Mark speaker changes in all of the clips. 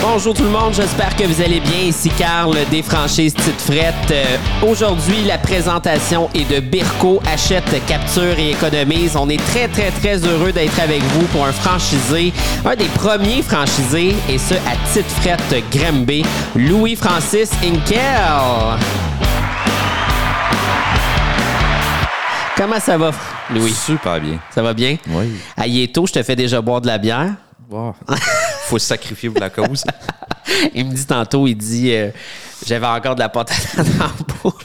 Speaker 1: Bonjour tout le monde, j'espère que vous allez bien. Ici Carl des franchises Tite Frette. Euh, Aujourd'hui, la présentation est de Birko Achète, Capture et Économise. On est très, très, très heureux d'être avec vous pour un franchisé, un des premiers franchisés, et ce à Tite Frette Grimby, Louis-Francis Inkel. Comment ça va, Louis?
Speaker 2: Super bien.
Speaker 1: Ça va bien? Ah,
Speaker 2: Oui.
Speaker 1: À Yéto, je te fais déjà boire de la bière.
Speaker 2: Faut se sacrifier pour la cause.
Speaker 1: Il me dit tantôt, il dit euh, j'avais encore de la patate dans la bouche.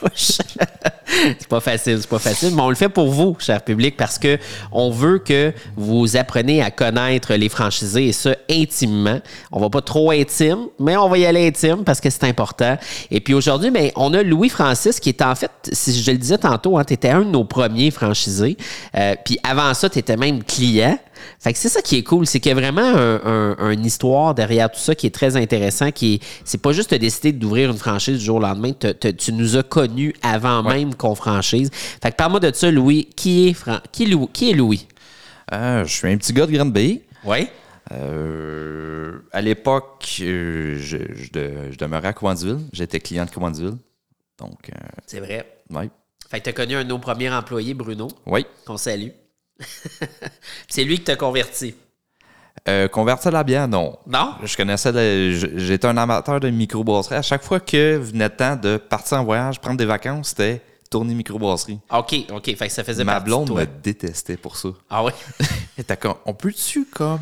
Speaker 1: c'est pas facile, c'est pas facile, mais on le fait pour vous, cher public, parce que on veut que vous appreniez à connaître les franchisés et ça intimement. On va pas trop intime, mais on va y aller intime parce que c'est important. Et puis aujourd'hui, ben, on a Louis Francis qui est en fait, si je le disais tantôt, tu étais un de nos premiers franchisés. Euh, puis avant ça, tu étais même client. Fait que c'est ça qui est cool, c'est qu'il y a vraiment un- un- une histoire derrière tout ça qui est très intéressant, qui est- c'est pas juste de décider d'ouvrir une franchise du jour au lendemain, te- te- tu nous as connus avant même qu'on franchise. Fait que parle-moi de ça, Louis, qui est, Fran- qui, Lou- qui est Louis?
Speaker 2: Euh, je suis un petit gars de Grande Bay.
Speaker 1: Oui.
Speaker 2: Euh, à l'époque, euh, je, je de- je demeurais à Commandeville. J'étais client de Commandeville. Donc, euh,
Speaker 1: C'est vrai.
Speaker 2: ouais.
Speaker 1: Fait que t'as connu un de nos premiers employés, Bruno,
Speaker 2: Oui.
Speaker 1: qu'on salue. c'est lui qui t'a converti.
Speaker 2: Euh, converti à la bière, non.
Speaker 1: Non?
Speaker 2: Je connaissais, le- je- j'étais un amateur de microbrasserie. À chaque fois que venait le temps de partir en voyage, prendre des vacances, c'était tourner microbrasserie.
Speaker 1: OK, OK. Fait que ça faisait
Speaker 2: Ma
Speaker 1: partie de
Speaker 2: blonde
Speaker 1: toi.
Speaker 2: me détestait pour ça.
Speaker 1: Ah oui?
Speaker 2: Elle était comme, on peut-tu comme.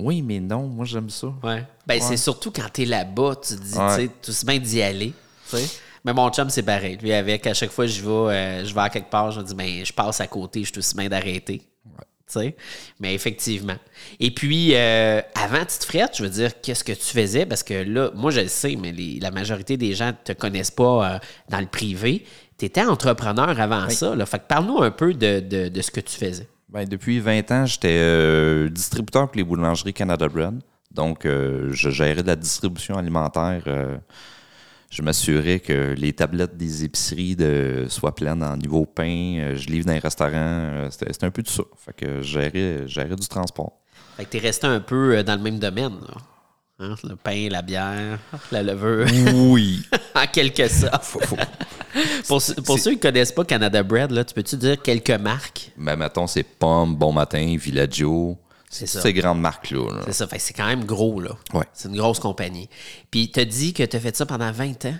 Speaker 2: Oui, mais non, moi j'aime ça.
Speaker 1: Ouais. Ben, c'est surtout quand t'es là-bas, tu te dis,
Speaker 2: Ouais.
Speaker 1: tu sais, tout se bien d'y aller. tu sais. Mais mon chum, c'est pareil. Lui, avec, à chaque fois, je vais, euh, je vais à quelque part, je me dis, ben, je passe à côté, je suis tout se bien d'arrêter. Tu sais. Mais effectivement. Et puis, euh, avant Petite Frette, je veux dire, qu'est-ce que tu faisais? Parce que là, moi, je le sais, mais les- la majorité des gens te connaissent pas euh, dans le privé. Tu étais entrepreneur avant ça. Là. Fait que parle-nous un peu de, de- de ce que tu faisais.
Speaker 2: Ben, depuis 20 ans, j'étais euh, distributeur pour les boulangeries Canada Bread. Donc, euh, je gérais de la distribution alimentaire. euh, je m'assurais que les tablettes des épiceries de, soient pleines en niveau pain. euh, je livre dans les restaurants. euh, C'était c'était un peu de ça. Fait que je gérais, je gérais du transport.
Speaker 1: Fait que t'es resté un peu euh, dans le même domaine, là. Hein, Le pain, la bière, la levure,
Speaker 2: Oui.
Speaker 1: en quelque sorte. pour ceux- pour ceux qui ne connaissent pas Canada Bread, là, tu peux-tu dire quelques marques?
Speaker 2: Mais ben, mettons, c'est Pomme, Bon Matin, Villaggio. C'est
Speaker 1: ça.
Speaker 2: toutes ces grandes marques-là. là.
Speaker 1: C'est ça, fait que c'est quand même gros, là.
Speaker 2: Ouais.
Speaker 1: C'est une grosse compagnie. Puis t'as dit que t'as fait ça pendant 20 ans.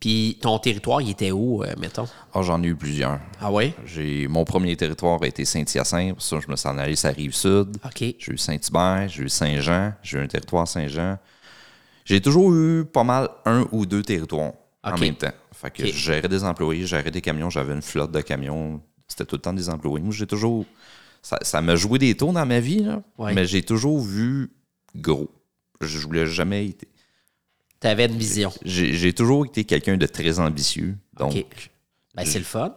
Speaker 1: Puis ton territoire, il était où, euh, mettons?
Speaker 2: Ah, J'en ai eu plusieurs.
Speaker 1: Ah oui?
Speaker 2: J'ai Mon premier territoire a été Saint-Hyacinthe. Pour ça, je me suis en allé sur la Rive-Sud.
Speaker 1: OK.
Speaker 2: J'ai eu Saint-Hubert, j'ai eu Saint-Jean, j'ai eu un territoire Saint-Jean. J'ai toujours eu pas mal un ou deux territoires en
Speaker 1: Ok.
Speaker 2: même temps. Fait que
Speaker 1: Ok.
Speaker 2: je gérais des employés, je gérais des camions, j'avais une flotte de camions. C'était tout le temps des employés. Moi, j'ai toujours. Ça ça m'a joué des tours dans ma vie, là,
Speaker 1: Ouais.
Speaker 2: mais j'ai toujours vu gros. Je je voulais jamais été.
Speaker 1: T'avais une vision.
Speaker 2: J'ai j'ai toujours été quelqu'un de très ambitieux. Donc,
Speaker 1: OK. Ben, c'est le fun.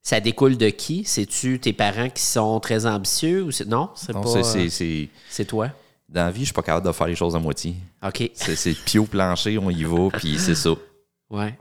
Speaker 1: Ça découle de qui? C'est-tu tes parents qui sont très ambitieux? ou c'est- Non, c'est
Speaker 2: non,
Speaker 1: pas...
Speaker 2: c'est-
Speaker 1: euh,
Speaker 2: c'est- c'est.
Speaker 1: C'est toi?
Speaker 2: Dans la vie, je suis pas capable de faire les choses à moitié.
Speaker 1: OK.
Speaker 2: C'est- C'est pied au plancher, on y va, puis c'est ça.
Speaker 1: Ouais.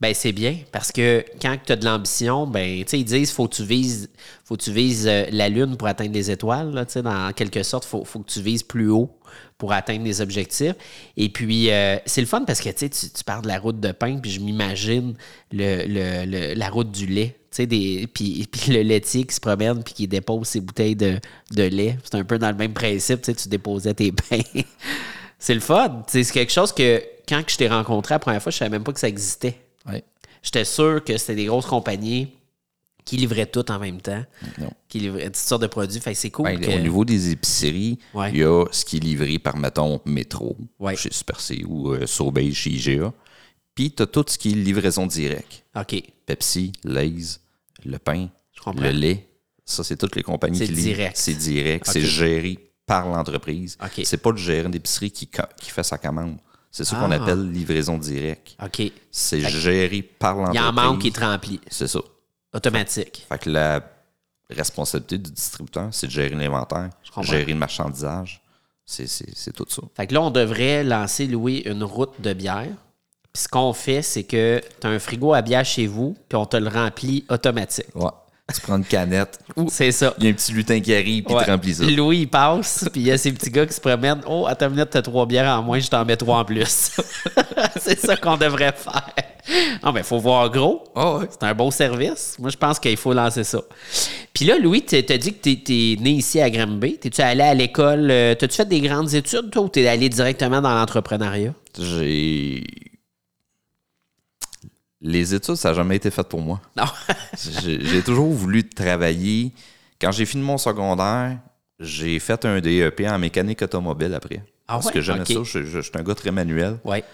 Speaker 1: Ben c'est bien parce que quand tu as de l'ambition, ben tu sais ils disent faut que tu vises faut que tu vises euh, la lune pour atteindre les étoiles là, tu sais dans en quelque sorte faut faut que tu vises plus haut pour atteindre des objectifs. Et puis euh, c'est le fun parce que tu sais tu tu parles de la route de pain puis je m'imagine le, le- le- la route du lait, tu sais des puis, puis le laitier qui se promène puis qui dépose ses bouteilles de, de lait, c'est un peu dans le même principe, tu sais tu déposais tes pains. C'est le fun. Tu sais, C'est quelque chose que quand que je t'ai rencontré la première fois, je savais même pas que ça existait.
Speaker 2: Ouais.
Speaker 1: J'étais sûr que c'était des grosses compagnies qui livraient tout en même temps,
Speaker 2: Non.
Speaker 1: qui livraient toutes sortes de produits. Fait que c'est cool.
Speaker 2: Ben,
Speaker 1: que-
Speaker 2: Au niveau des épiceries, il
Speaker 1: Ouais.
Speaker 2: y a ce qui est livré par, mettons, Métro,
Speaker 1: Ouais.
Speaker 2: chez Super C ou euh, Sobeys chez IGA. Puis, tu as tout ce qui est livraison directe.
Speaker 1: OK,
Speaker 2: Pepsi, Lay's, le pain,
Speaker 1: je comprends.
Speaker 2: le lait. Ça, c'est toutes les compagnies
Speaker 1: C'est
Speaker 2: qui livrent.
Speaker 1: direct.
Speaker 2: C'est direct.
Speaker 1: Ok.
Speaker 2: C'est géré par l'entreprise.
Speaker 1: Ok.
Speaker 2: C'est pas le gérant d'épicerie qui, co- qui fait sa commande. C'est ça qu'on
Speaker 1: Ah.
Speaker 2: appelle livraison directe.
Speaker 1: OK. Il
Speaker 2: C'est géré par
Speaker 1: y
Speaker 2: l'entreprise.
Speaker 1: en manque qui te remplit.
Speaker 2: C'est ça.
Speaker 1: Automatique.
Speaker 2: Fait que la responsabilité du distributeur, c'est de gérer l'inventaire,
Speaker 1: comprends.
Speaker 2: gérer le marchandisage. C'est- C'est c'est tout ça.
Speaker 1: Fait que là, on devrait lancer, Louis, une route de bière. Puis ce qu'on fait, c'est que tu as un frigo à bière chez vous, puis on te le remplit automatique.
Speaker 2: Ouais. Tu prends une canette.
Speaker 1: C'est ça.
Speaker 2: Il y a un petit lutin qui arrive, puis il
Speaker 1: Ouais.
Speaker 2: te remplit ça.
Speaker 1: Louis, il passe, puis il y a ces petits gars qui se promènent. Oh, à ta minute, t'as trois bières en moins, je t'en mets trois en plus. c'est ça qu'on devrait faire. Non, mais faut voir gros.
Speaker 2: Ah ouais.
Speaker 1: C'est un bon service. Moi, je pense qu'il faut lancer ça. Puis là, Louis, tu as dit que tu es, né ici à Granby. T'es-tu allé à l'école? euh, T'as-tu fait des grandes études, toi, ou t'es allé directement dans l'entrepreneuriat?
Speaker 2: J'ai. Les études, ça n'a jamais été fait pour moi.
Speaker 1: Non.
Speaker 2: J'ai j'ai toujours voulu travailler. Quand j'ai fini mon secondaire, j'ai fait un DEP en mécanique automobile après.
Speaker 1: Ah
Speaker 2: parce
Speaker 1: ouais?
Speaker 2: que j'aimais
Speaker 1: Ok.
Speaker 2: ça. Je, je- je suis un gars très manuel.
Speaker 1: ouais.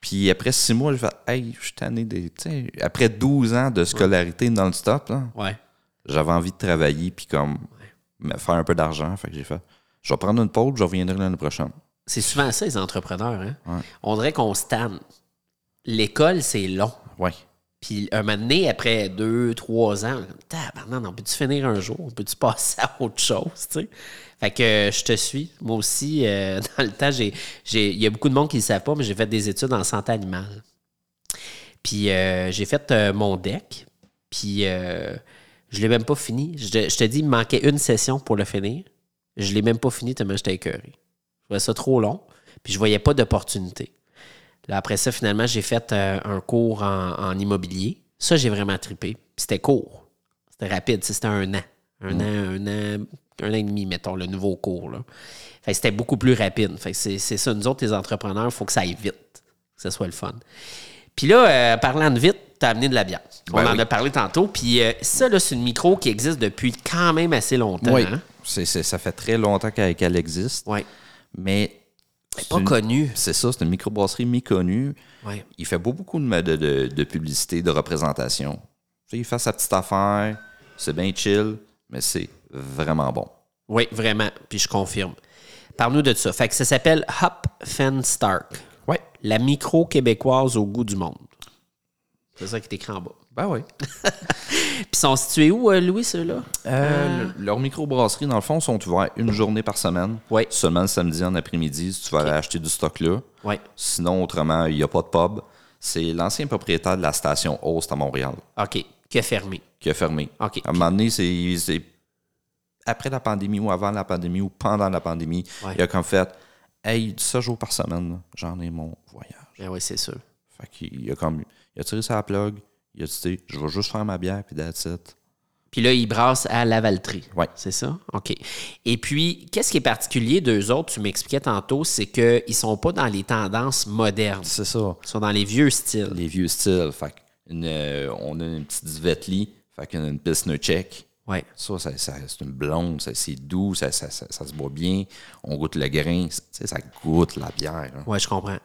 Speaker 2: Puis après six mois, j'ai fait Hey, je suis tanné des. tu sais, Après 12 ans de scolarité dans le stop, là,
Speaker 1: Ouais.
Speaker 2: j'avais envie de travailler puis comme me faire un peu d'argent. Fait que j'ai fait Je vais prendre une pause, je reviendrai l'année prochaine.
Speaker 1: C'est souvent ça, les entrepreneurs. Hein?
Speaker 2: Ouais.
Speaker 1: On dirait qu'on se tanne. L'école, c'est long.
Speaker 2: Ouais.
Speaker 1: Puis un moment donné, après deux, trois ans, tabarnan, on peut-tu finir un jour? On peut-tu passer à autre chose? tu sais? Fait que euh, je te suis. Moi aussi, euh, dans le temps, j'ai, j'ai- il y a beaucoup de monde qui ne le savent pas, mais j'ai fait des études en santé animale. Puis euh, j'ai fait euh, mon deck. Puis euh, je l'ai même pas fini. Je, te- je te dis, il me manquait une session pour le finir. Je l'ai même pas fini tellement j'étais écœuré. Je trouvais ça trop long. Puis je voyais pas d'opportunité. Là, après ça, finalement, j'ai fait euh, un cours en, en immobilier. Ça, j'ai vraiment trippé. Puis C'était court. C'était rapide. tu sais, C'était un an.
Speaker 2: Mm.
Speaker 1: Un an, un an, un an et demi, mettons, le nouveau cours. Là. Fait que c'était beaucoup plus rapide. Fait que c'est c'est ça, nous autres, les entrepreneurs, il faut que ça aille vite. Que ce soit le fun. Puis là, euh, parlant de vite, t'as amené de la bière. On
Speaker 2: Ben
Speaker 1: en
Speaker 2: oui.
Speaker 1: a parlé tantôt. Puis euh, ça, là, c'est une micro qui existe depuis quand même assez longtemps.
Speaker 2: Oui.
Speaker 1: hein?
Speaker 2: C'est- c'est- ça fait très longtemps qu'elle qu'elle existe.
Speaker 1: Ouais.
Speaker 2: Mais.
Speaker 1: Elle est
Speaker 2: c'est
Speaker 1: Pas
Speaker 2: une-
Speaker 1: connue.
Speaker 2: C'est ça, c'est une microbrasserie méconnue.
Speaker 1: Ouais.
Speaker 2: Il fait pas beaucoup de, de, de- de publicité, de représentation. Tu sais, il fait sa petite affaire, c'est bien chill, mais c'est vraiment bon.
Speaker 1: Oui, vraiment. Puis je confirme. Parle-nous de ça. Fait que ça s'appelle Hop Fan Stark.
Speaker 2: Ouais.
Speaker 1: La micro québécoise au goût du monde. C'est ça qui est écrit en bas.
Speaker 2: Ben oui.
Speaker 1: Puis ils sont situés où, euh, Louis, ceux-là? Euh,
Speaker 2: Leurs microbrasseries, dans le fond, sont ouvertes une journée par semaine.
Speaker 1: Ouais.
Speaker 2: Seulement le samedi en après-midi, si tu vas aller acheter du stock là.
Speaker 1: Oui.
Speaker 2: Sinon, autrement, il n'y a pas de pub. C'est l'ancien propriétaire de la station Host à Montréal.
Speaker 1: OK. Qui a fermé.
Speaker 2: qui a fermé.
Speaker 1: OK.
Speaker 2: À un moment donné, c'est c'est après la pandémie ou avant la pandémie ou pendant la pandémie,
Speaker 1: Ouais.
Speaker 2: il a comme fait Hey, 7 jours par semaine, là, j'en ai mon voyage.
Speaker 1: Ben oui, c'est sûr.
Speaker 2: Fait qu'il a comme il a tiré sa plug, il a dit Tu sais, je vais juste faire ma bière puis that's it.
Speaker 1: Puis là, ils brassent à Lavaltrie.
Speaker 2: Ouais.
Speaker 1: C'est ça? OK. Et puis, qu'est-ce qui est particulier d'eux autres, tu m'expliquais tantôt, c'est qu'ils ne sont pas dans les tendances modernes.
Speaker 2: C'est ça.
Speaker 1: Ils sont dans les vieux styles.
Speaker 2: Les vieux styles. Fait qu'une, euh, on a une petite Svetli, fait qu'une une Pilsner tchèque.
Speaker 1: Oui.
Speaker 2: Ça, ça- ça- c'est une blonde, ça, c'est doux, ça, ça- ça- ça se boit bien. On goûte le grain, tu sais, ça goûte la bière. hein.
Speaker 1: Oui, je comprends.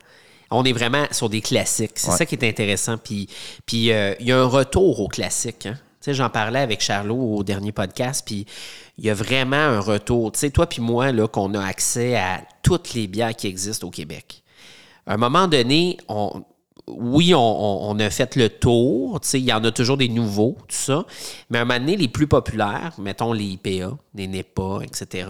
Speaker 1: On est vraiment sur des classiques. C'est
Speaker 2: Ouais.
Speaker 1: ça qui est intéressant. Puis puis, euh, il y a un retour aux classiques. hein. Tu sais, j'en parlais avec Charlot au dernier podcast, puis il y a vraiment un retour. Tu sais, toi puis moi, là, qu'on a accès à toutes les bières qui existent au Québec. À un moment donné, on, oui, on, on- on a fait le tour. Tu sais, il y en a toujours des nouveaux, tout ça. Mais à un moment donné, les plus populaires, mettons les IPA, les E NEPA, etc.,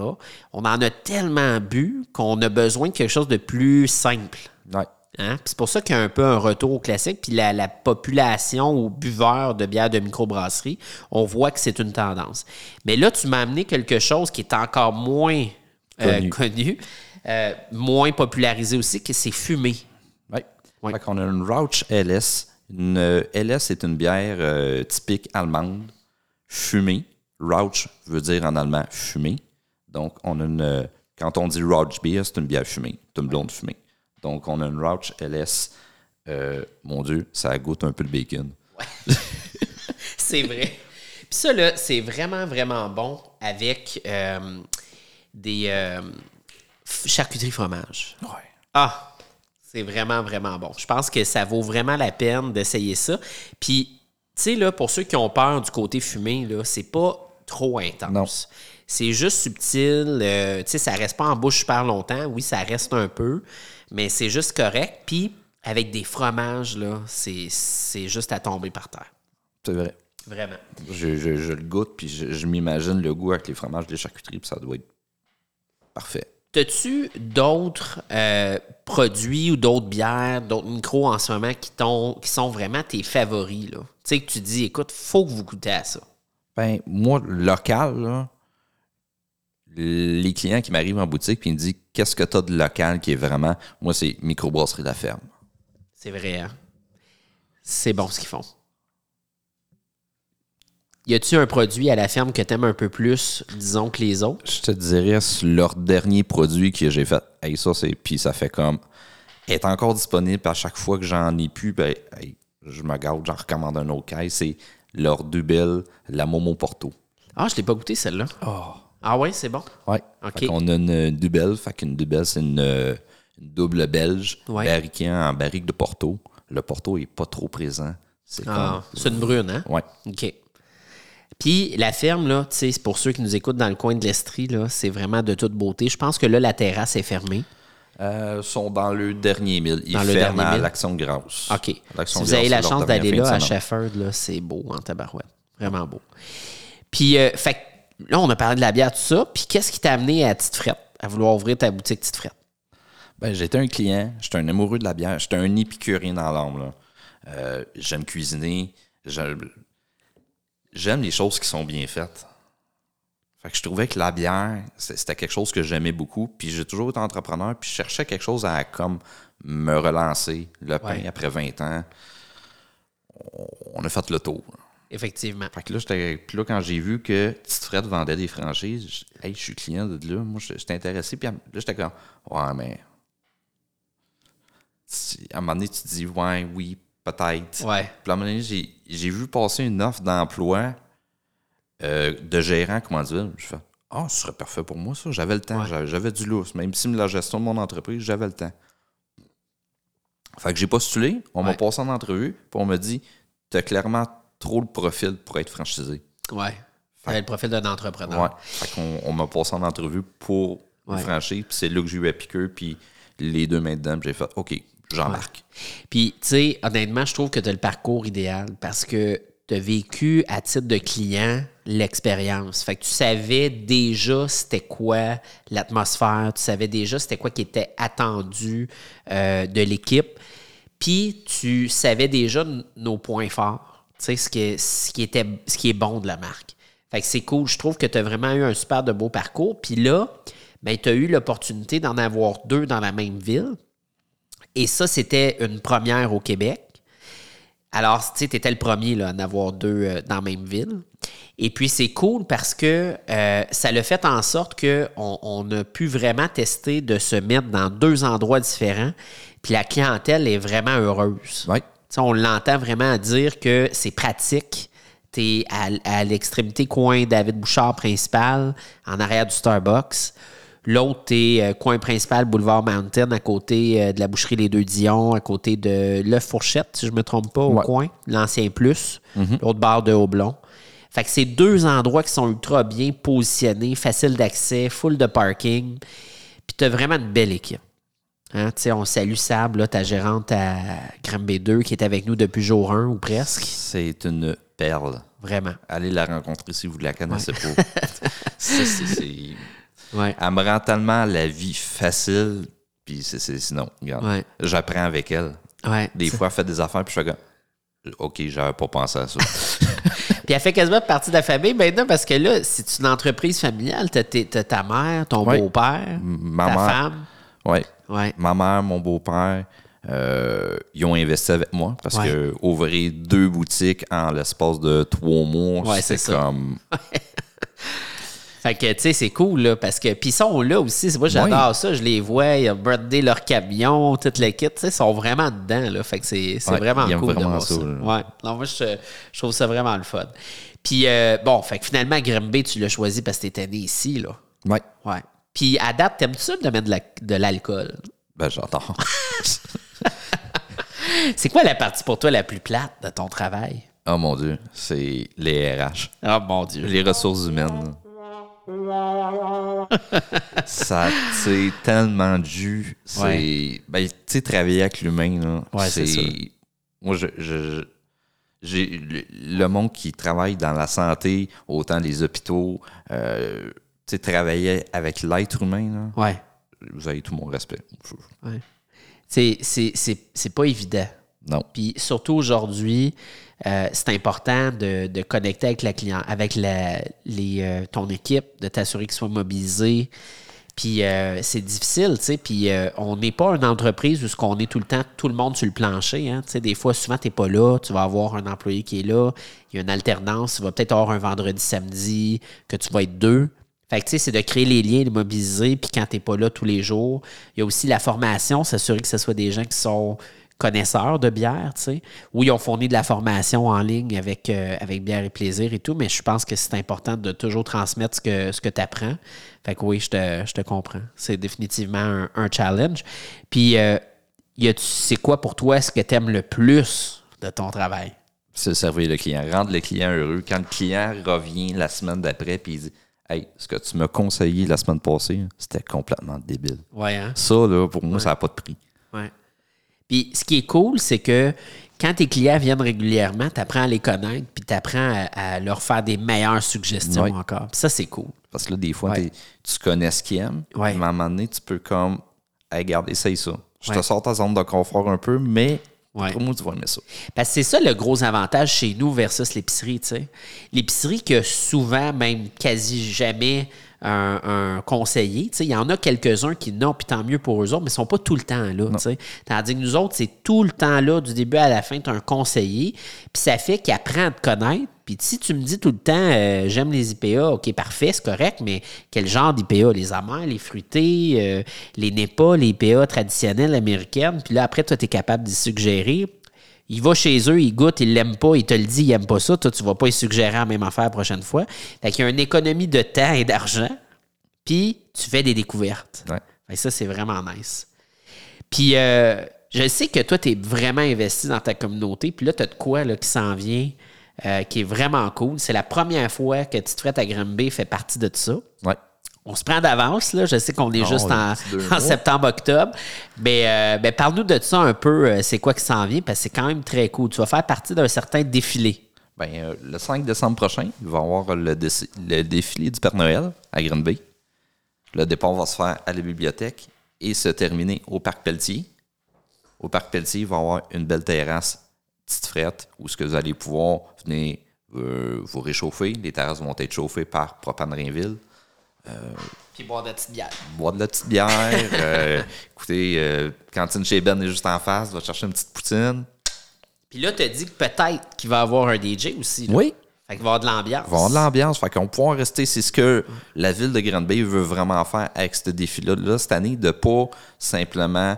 Speaker 1: on en a tellement bu qu'on a besoin de quelque chose de plus simple.
Speaker 2: Ouais.
Speaker 1: Hein? Puis C'est pour ça qu'il y a un peu un retour au classique. Puis la, la population ou buveurs de bières de microbrasserie, on voit que c'est une tendance. Mais là, tu m'as amené quelque chose qui est encore moins euh, connu,
Speaker 2: Connu.
Speaker 1: euh, moins popularisé aussi, que c'est fumé.
Speaker 2: Oui.
Speaker 1: Oui.
Speaker 2: Fait qu'on a une Rauch LS. Une euh, LS est une bière euh, typique allemande, fumée. Rauch veut dire en allemand fumée. Donc, on a une. euh, quand on dit Rauch Beer, c'est une bière fumée, c'est une blonde fumée. Donc, on a une Rauch LS. Euh, mon Dieu, ça goûte un peu le bacon.
Speaker 1: C'est vrai. Puis ça, là, c'est vraiment, vraiment bon avec euh, des euh, f- charcuteries fromage. Ah, c'est vraiment, vraiment bon. Je pense que ça vaut vraiment la peine d'essayer ça. Puis, tu sais, là, pour ceux qui ont peur du côté fumé, là, c'est pas trop intense.
Speaker 2: Non.
Speaker 1: C'est juste subtil. euh, tu sais, ça reste pas en bouche super longtemps. Oui, ça reste un peu, mais c'est juste correct. Puis, avec des fromages, là, c'est c'est juste à tomber par terre.
Speaker 2: C'est vrai.
Speaker 1: Vraiment.
Speaker 2: Je, je- je le goûte, puis je, je m'imagine le goût avec les fromages, les charcuteries, puis ça doit être parfait.
Speaker 1: T'as-tu d'autres euh, produits ou d'autres bières, d'autres micros en ce moment qui, t'ont- qui sont vraiment tes favoris? là? Tu sais, que tu dis, écoute, faut que vous goûtez à ça.
Speaker 2: Ben, moi, local, là, les clients qui m'arrivent en boutique puis ils me disent Qu'est-ce que tu as de local qui est vraiment. Moi, c'est microbrasserie La Ferme.
Speaker 1: C'est vrai, hein? C'est bon ce qu'ils font. Y a-tu un produit à la ferme que t'aimes un peu plus, disons, que les autres?
Speaker 2: Je te dirais, c'est leur dernier produit que j'ai fait, hey, ça, c'est. Puis ça fait comme. Elle est encore disponible puis à chaque fois que j'en ai plus, ben, hey, je me garde, j'en recommande un autre caille. C'est leur Dubel, la Momo Porto.
Speaker 1: Ah, je l'ai pas goûté celle-là.
Speaker 2: Oh.
Speaker 1: Ah ouais, c'est bon?
Speaker 2: Ouais.
Speaker 1: Ok.
Speaker 2: On a une euh, dubelle. Fait qu'une dubelle, c'est une, euh, une double belge
Speaker 1: Ouais.
Speaker 2: barriquée en barrique de Porto. Le Porto est pas trop présent. C'est
Speaker 1: Ah, c'est une brune, hein?
Speaker 2: comme. Ouais.
Speaker 1: OK. Puis la ferme, là, tu sais, c'est pour ceux qui nous écoutent dans le coin de l'Estrie, là, c'est vraiment de toute beauté. Je pense que là, la terrasse est fermée.
Speaker 2: Euh, sont dans le dernier mille. Ils
Speaker 1: Dans le
Speaker 2: ferment
Speaker 1: dernier
Speaker 2: à
Speaker 1: mille.
Speaker 2: l'Action de grâce.
Speaker 1: OK. Si
Speaker 2: L'Action
Speaker 1: vous
Speaker 2: de grâce,
Speaker 1: avez la
Speaker 2: c'est leur
Speaker 1: chance d'aller
Speaker 2: dernière
Speaker 1: là
Speaker 2: fin
Speaker 1: à
Speaker 2: de semaine.
Speaker 1: Shefford, là, c'est beau en tabarouette. Vraiment beau. Puis, euh, fait que là, on a parlé de la bière, tout ça. Puis, qu'est-ce qui t'a amené à Petite Frette, à vouloir ouvrir ta boutique Petite Frette?
Speaker 2: Ben, j'étais un client, j'étais un amoureux de la bière, j'étais un épicurien dans l'âme. là. Euh, j'aime cuisiner, j'aime j'aime les choses qui sont bien faites. Fait que je trouvais que la bière, c'est- c'était quelque chose que j'aimais beaucoup, puis j'ai toujours été entrepreneur, puis je cherchais quelque chose à comme me relancer. Le pain,
Speaker 1: Ouais.
Speaker 2: après 20 ans, on- on a fait le tour.
Speaker 1: Effectivement.
Speaker 2: Fait que là, j'étais- puis là, quand j'ai vu que Petite Frette vendait des franchises, je, hey, je suis client de là, moi, je- j'étais intéressé. Puis à- là, j'étais comme, ouais, mais. Si- À un moment donné, tu te dis, ouais, oui, peut-être.
Speaker 1: Ouais.
Speaker 2: Puis à un moment donné, j'ai j'ai vu passer une offre d'emploi euh, de gérant commandituel. Je fais, ah, ce serait parfait pour moi, ça. J'avais le temps, j'avais- j'avais du lousse. Même si la gestion de mon entreprise, j'avais le temps. Fait que j'ai postulé, on m'a
Speaker 1: Ouais.
Speaker 2: passé en entrevue, puis on m'a dit, t'as clairement trop le profil pour être franchisé.
Speaker 1: Ouais. T'avais le profil d'un entrepreneur.
Speaker 2: Ouais. Fait qu'on on m'a passé en entrevue pour le
Speaker 1: Ah. Ouais.
Speaker 2: franchir, puis c'est là que j'ai eu à piqueur, puis les deux mains dedans, puis j'ai fait, OK, j'embarque.
Speaker 1: Puis, tu sais, honnêtement, je trouve que tu as le parcours idéal parce que tu as vécu à titre de client l'expérience. Fait que tu savais déjà c'était quoi l'atmosphère, tu savais déjà c'était quoi qui était attendu euh, de l'équipe. Puis, tu savais déjà n- nos points forts, tu sais, ce, que- ce, qui était- ce qui est bon de la marque. Fait que c'est cool. Je trouve que tu as vraiment eu un super de beau parcours. Puis là, ben, tu as eu l'opportunité d'en avoir deux dans la même ville. Et ça, c'était une première au Québec. Alors, tu sais, t'étais le premier là, à en avoir deux euh, dans la même ville. Et puis, c'est cool parce que euh, ça le fait en sorte qu'on on a pu vraiment tester de se mettre dans deux endroits différents. Puis la clientèle est vraiment heureuse.
Speaker 2: Ouais.
Speaker 1: Tu sais, on l'entend vraiment dire que c'est pratique. Tu es à, à l'extrémité coin David Bouchard principal, en arrière du Starbucks. L'autre, tu coin principal boulevard Mountain, à côté euh, de la boucherie Les Deux Dions, à côté de Le Fourchette, si je me trompe pas, au
Speaker 2: Ouais.
Speaker 1: coin, l'ancien Plus, l'autre bar de Houblon. Fait que c'est deux endroits qui sont ultra bien positionnés, faciles d'accès, full de parking. Puis tu as vraiment une belle équipe. Hein, tu sais, on salue Sab, là, ta gérante à Crème B2 qui est avec nous depuis jour 1 ou presque.
Speaker 2: C'est une perle.
Speaker 1: Vraiment.
Speaker 2: Allez la rencontrer si vous ne la connaissez pas. C'est- c'est- c'est-
Speaker 1: Ouais.
Speaker 2: Elle me rend tellement la vie facile, puis c'est- c'est- sinon, regarde,
Speaker 1: Ouais.
Speaker 2: j'apprends avec elle.
Speaker 1: ouais.
Speaker 2: Des fois, elle fait des affaires, puis je fais comme, OK, j'avais pas pensé à ça.
Speaker 1: Puis elle fait quasiment partie de la famille maintenant parce que là, c'est une entreprise familiale. T'as t'es- t'as ta mère, ton
Speaker 2: Ouais. Mm.
Speaker 1: beau-père,
Speaker 2: Ma
Speaker 1: ta
Speaker 2: mère.
Speaker 1: femme.
Speaker 2: ouais.
Speaker 1: Ouais.
Speaker 2: Ma mère, mon beau-père, euh, ils ont investi avec moi parce
Speaker 1: Ouais.
Speaker 2: que ouvrir deux boutiques en l'espace de trois mois,
Speaker 1: Ouais, c'est
Speaker 2: c'est
Speaker 1: ça.
Speaker 2: comme.
Speaker 1: Fait que, tu sais, c'est cool, là, parce que. Puis ils sont là aussi. Moi, j'adore ça. Je les vois. Ils ont birdé leur camion, toute le kit. Tu sais, ils sont vraiment dedans, là. Fait que c'est c'est
Speaker 2: Ouais,
Speaker 1: vraiment
Speaker 2: ils aiment
Speaker 1: cool de
Speaker 2: vraiment
Speaker 1: voir ça.
Speaker 2: ça, là.
Speaker 1: Ouais. Non, moi, je, je trouve ça vraiment le fun. Puis, euh, bon, fait que finalement, Grimby, tu l'as choisi parce que t'étais né ici, là.
Speaker 2: Ouais.
Speaker 1: Ouais. Puis, à date, t'aimes-tu ça, le domaine de la- de l'alcool?
Speaker 2: Ben, j'adore.
Speaker 1: c'est quoi la partie pour toi la plus plate de ton travail?
Speaker 2: oh mon Dieu, c'est les RH,
Speaker 1: Oh, mon Dieu.
Speaker 2: les ressources humaines. ça, c'est tellement de jus. C'est.
Speaker 1: Ouais.
Speaker 2: Ben, tu sais, travailler avec l'humain, là.
Speaker 1: Ouais, c'est sûr.
Speaker 2: Moi, je. je- je- j'ai le, le monde qui travaille dans la santé, autant les hôpitaux, euh, tu sais, travailler avec l'être humain, là.
Speaker 1: Ouais.
Speaker 2: vous avez tout mon respect.
Speaker 1: Ouais. C'est- C'est c'est- c'est pas évident.
Speaker 2: Non.
Speaker 1: Puis surtout aujourd'hui, euh, c'est important de, de connecter avec la client, avec la- les, euh, ton équipe, de t'assurer qu'ils soient mobilisés. Puis euh, c'est difficile, tu sais. Puis euh, on n'est pas une entreprise où ce qu'on est tout le temps, tout le monde sur le plancher. Hein, tu sais, des fois, souvent, tu n'es pas là. Tu vas avoir un employé qui est là. Il y a une alternance. Il va peut-être avoir un vendredi, samedi, que tu vas être deux. Fait que, tu sais, c'est de créer les liens, les mobiliser, puis quand t'es pas là tous les jours, il y a aussi la formation, s'assurer que ce soit des gens qui sont connaisseurs de bière, tu sais. Oui, ils ont fourni de la formation en ligne avec, euh, avec Bière et Plaisir et tout, mais je pense que c'est important de toujours transmettre ce que, ce que tu apprends. Fait que oui, je te, je te comprends. C'est définitivement un, un challenge. Puis, euh, y a-tu- c'est quoi pour toi ce que tu aimes le plus de ton travail?
Speaker 2: C'est servir le client, rendre le client heureux. Quand le client revient la semaine d'après puis il dit Hey, ce que tu m'as conseillé la semaine passée, c'était complètement débile.
Speaker 1: Ouais, hein?
Speaker 2: Ça, là, pour moi, ça n'a pas de prix.
Speaker 1: Ouais. Puis ce qui est cool, c'est que quand tes clients viennent régulièrement, tu apprends à les connaître, puis tu apprends à, à leur faire des meilleures suggestions
Speaker 2: Ouais.
Speaker 1: encore. Puis ça, c'est cool.
Speaker 2: Parce que là, des fois,
Speaker 1: Ouais.
Speaker 2: t'es- tu connais ce qu'il aime,
Speaker 1: Ouais.
Speaker 2: mais à un moment donné, tu peux comme Hey, regarde, essaye ça. Je
Speaker 1: Ouais.
Speaker 2: te sors ta zone de confort un peu, mais
Speaker 1: Ouais.
Speaker 2: pour moi, tu vas aimer ça.
Speaker 1: Parce que c'est ça le gros avantage chez nous versus l'épicerie, tu sais. L'épicerie qui a souvent, même quasi jamais, un, un conseiller, tu sais. Il y en a quelques-uns qui n'ont, puis tant mieux pour eux autres, mais ils sont pas tout le temps là, tu sais. Tandis que nous autres, c'est tout le temps là, du début à la fin, tu as un conseiller, puis ça fait qu'il apprend à te connaître. Puis si tu me dis tout le temps, euh, j'aime les IPA, ok, parfait, c'est correct, mais quel genre d'IPA? Les amers, les fruités, euh, les NEPA, les IPA traditionnelles américaines, puis là, après, toi, tu es capable d'y suggérer. Il va chez eux, il goûte, il l'aime pas, il te le dit, il aime pas ça. Toi, tu vas pas lui suggérer la même affaire la prochaine fois. Fait qu'il y a une économie de temps et d'argent, puis tu fais des découvertes.
Speaker 2: Ouais.
Speaker 1: Fait que ça, c'est vraiment nice. Puis, euh, je sais que toi, tu es vraiment investi dans ta communauté. Puis là, tu as de quoi là, qui s'en vient, euh, qui est vraiment cool. C'est la première fois que tu te à Grimby fait partie de ça.
Speaker 2: Ouais.
Speaker 1: On se prend d'avance, là. Je sais qu'on est juste
Speaker 2: Ah, on a
Speaker 1: en,
Speaker 2: un petit deux
Speaker 1: en
Speaker 2: mois.
Speaker 1: septembre-octobre. Mais euh, ben, parle-nous de ça un peu. euh, C'est quoi qui s'en vient? Parce que c'est quand même très cool. Tu vas faire partie d'un certain défilé.
Speaker 2: Ben, euh, le 5 décembre prochain, il va y avoir le, dé- le défilé du Père Noël à Green Bay. Le départ va se faire à la bibliothèque et se terminer au Parc Pelletier. Au Parc Pelletier, il va y avoir une belle terrasse, petite frette, où ce que vous allez pouvoir venir euh, vous réchauffer. Les terrasses vont être chauffées par Propane Rainville.
Speaker 1: Puis boire de petites bières.
Speaker 2: Boire de la petite bière. euh, écoutez, euh, cantine chez Ben est juste en face. Va chercher une petite poutine.
Speaker 1: Puis là, tu dit que peut-être qu'il va y avoir un DJ aussi. là.
Speaker 2: Oui,
Speaker 1: Fait qu'il va y avoir de l'ambiance.
Speaker 2: Ils vont avoir de l'ambiance. Fait qu'on pourra rester. C'est ce que la ville de Grande Bay veut vraiment faire avec ce défilé-là là, cette année, de pas simplement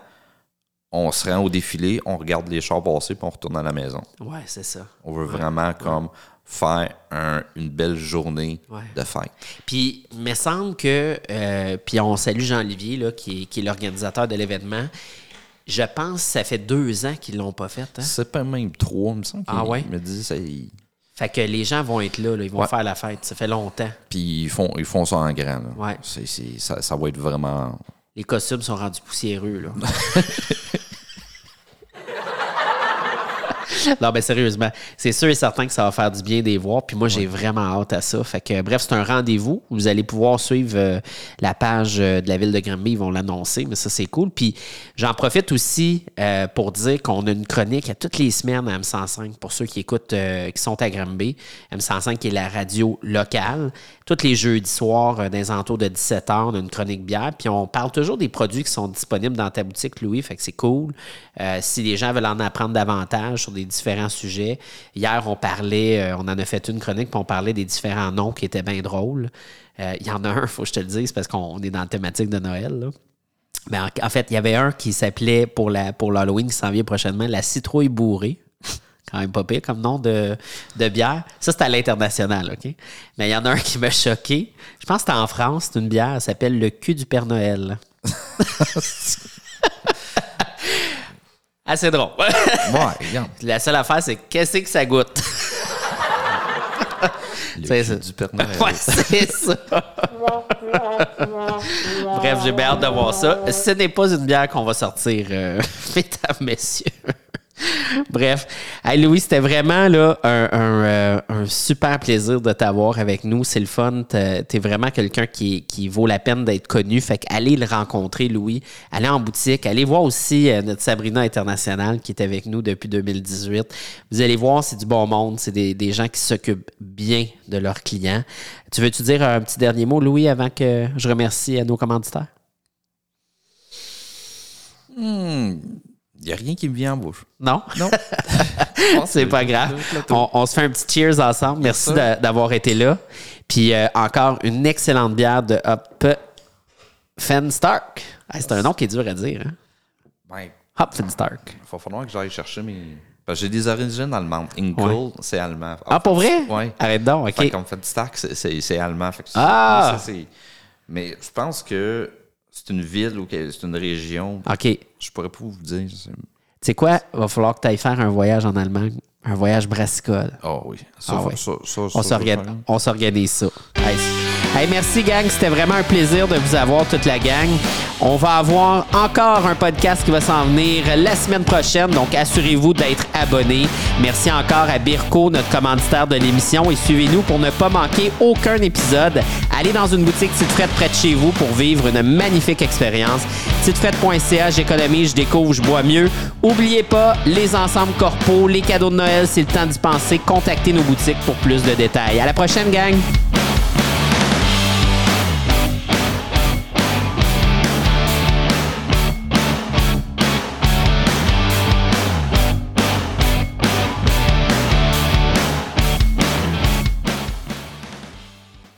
Speaker 2: on se rend au défilé, on regarde les chars passer puis on retourne à la maison.
Speaker 1: Ouais, c'est ça.
Speaker 2: On veut vraiment comme faire un- une belle journée
Speaker 1: Ouais. Hein?
Speaker 2: de fête.
Speaker 1: Puis, il me semble que. euh, puis, on salue Jean-Olivier, là, qui est, qui est l'organisateur de l'événement. Je pense que ça fait deux ans qu'ils l'ont pas fait. hein.
Speaker 2: C'est pas même trois, il me semble.
Speaker 1: Ah
Speaker 2: qu'ils
Speaker 1: ouais?
Speaker 2: me disent, ça, ils-
Speaker 1: Fait que les gens vont être là, là, ils vont
Speaker 2: Ouais.
Speaker 1: faire la fête. Ça fait longtemps.
Speaker 2: Puis ils font, ils font ça en grand. là.
Speaker 1: Ouais.
Speaker 2: C'est- c'est- ça, ça va être vraiment.
Speaker 1: Les costumes sont rendus poussiéreux, là. non, ben sérieusement, c'est sûr et certain que ça va faire du bien des voir. Puis moi, j'ai vraiment hâte à ça. Fait que, euh, bref, c'est un rendez-vous. Vous allez pouvoir suivre euh, la page euh, de la ville de Granby. Ils vont l'annoncer, mais ça, c'est cool. Puis j'en profite aussi euh, pour dire qu'on a une chronique à toutes les semaines à M105 pour ceux qui écoutent, euh, qui sont à Granby. M105 qui est la radio locale. Tous les jeudis soirs, euh, dans les entours de 17h, on a une chronique bière. Puis on parle toujours des produits qui sont disponibles dans ta boutique, Louis. Fait que c'est cool. Euh, si les gens veulent en apprendre davantage sur des différents sujets, hier, on parlait, euh, on en a fait une chronique, puis on parlait des différents noms qui étaient bien drôles. Euh, Il y en a un, faut que je te le dise, parce qu'on on est dans la thématique de Noël. là. Mais Ben, en, en fait, il y avait un qui s'appelait pour la pour l'Halloween qui s'en vient prochainement, la citrouille bourrée. Quand même pas pire comme nom de, de bière. Ça, c'est à l'international, OK? Mais il y en a un qui m'a choqué. Je pense que c'était en France, c'est une bière, elle s'appelle le cul du Père Noël. Assez drôle.
Speaker 2: Ouais, regarde.
Speaker 1: La seule affaire, c'est qu'est-ce que ça goûte?
Speaker 2: Le
Speaker 1: C'est
Speaker 2: cul
Speaker 1: ça.
Speaker 2: du Père Noël.
Speaker 1: Ouais, c'est ça. Bref, j'ai bien hâte de voir ça. Ce n'est pas une bière qu'on va sortir, euh, mesdames, messieurs. Bref, hey, Louis, c'était vraiment là, un, un, euh, un super plaisir de t'avoir avec nous. C'est le fun. T'es t'es vraiment quelqu'un qui, qui vaut la peine d'être connu. Fait qu'allez le rencontrer, Louis. Allez en boutique. Allez voir aussi euh, notre Sabrina International qui est avec nous depuis 2018. Vous allez voir, c'est du bon monde. C'est des, des gens qui s'occupent bien de leurs clients. Tu veux-tu dire un petit dernier mot, Louis, avant que je remercie à nos commanditaires?
Speaker 2: Il n'y a rien qui me vient en bouche.
Speaker 1: Non?
Speaker 2: Non.
Speaker 1: C'est pas grave. On, on se fait un petit cheers ensemble. Merci d'a- d'avoir été là. Puis euh, encore une excellente bière de Hop Fenstark. Ah, c'est un nom qui est dur à dire. Hein?
Speaker 2: Ben,
Speaker 1: Hop Fenstark.
Speaker 2: il va falloir que j'aille chercher mes. Parce que j'ai des origines allemandes. Inkel, c'est allemand.
Speaker 1: Ah, pour vrai?
Speaker 2: Ouais.
Speaker 1: Arrête donc,
Speaker 2: Fait
Speaker 1: OK.
Speaker 2: qu'on fait du stack, c'est- c'est c'est allemand. Fait que c'est-
Speaker 1: Ah!
Speaker 2: ça, c'est- mais je pense que c'est une ville ou que c'est une région.
Speaker 1: OK. Tu
Speaker 2: Je pourrais pas vous dire. c'est-
Speaker 1: sais quoi? Va falloir que tu ailles faire un voyage en Allemagne, un voyage brassicole.
Speaker 2: Ah oui. Ça,
Speaker 1: Ah
Speaker 2: ça-
Speaker 1: ouais.
Speaker 2: ça- ça-
Speaker 1: On
Speaker 2: ça,
Speaker 1: s'organise,
Speaker 2: je vais faire.
Speaker 1: on s'organise ça. Hey, c- hey, merci gang, c'était vraiment un plaisir de vous avoir toute la gang. On va avoir encore un podcast qui va s'en venir la semaine prochaine, donc assurez-vous d'être abonné. Merci encore à Birko, notre commanditaire de l'émission, et suivez-nous pour ne pas manquer aucun épisode. Allez dans une boutique Tite Frette près de chez vous pour vivre une magnifique expérience. Titefrette.ca, j'économise, je découvre, je bois mieux. Oubliez pas les ensembles corpo, les cadeaux de Noël, c'est le temps d'y penser. Contactez nos boutiques pour plus de détails. À la prochaine, gang!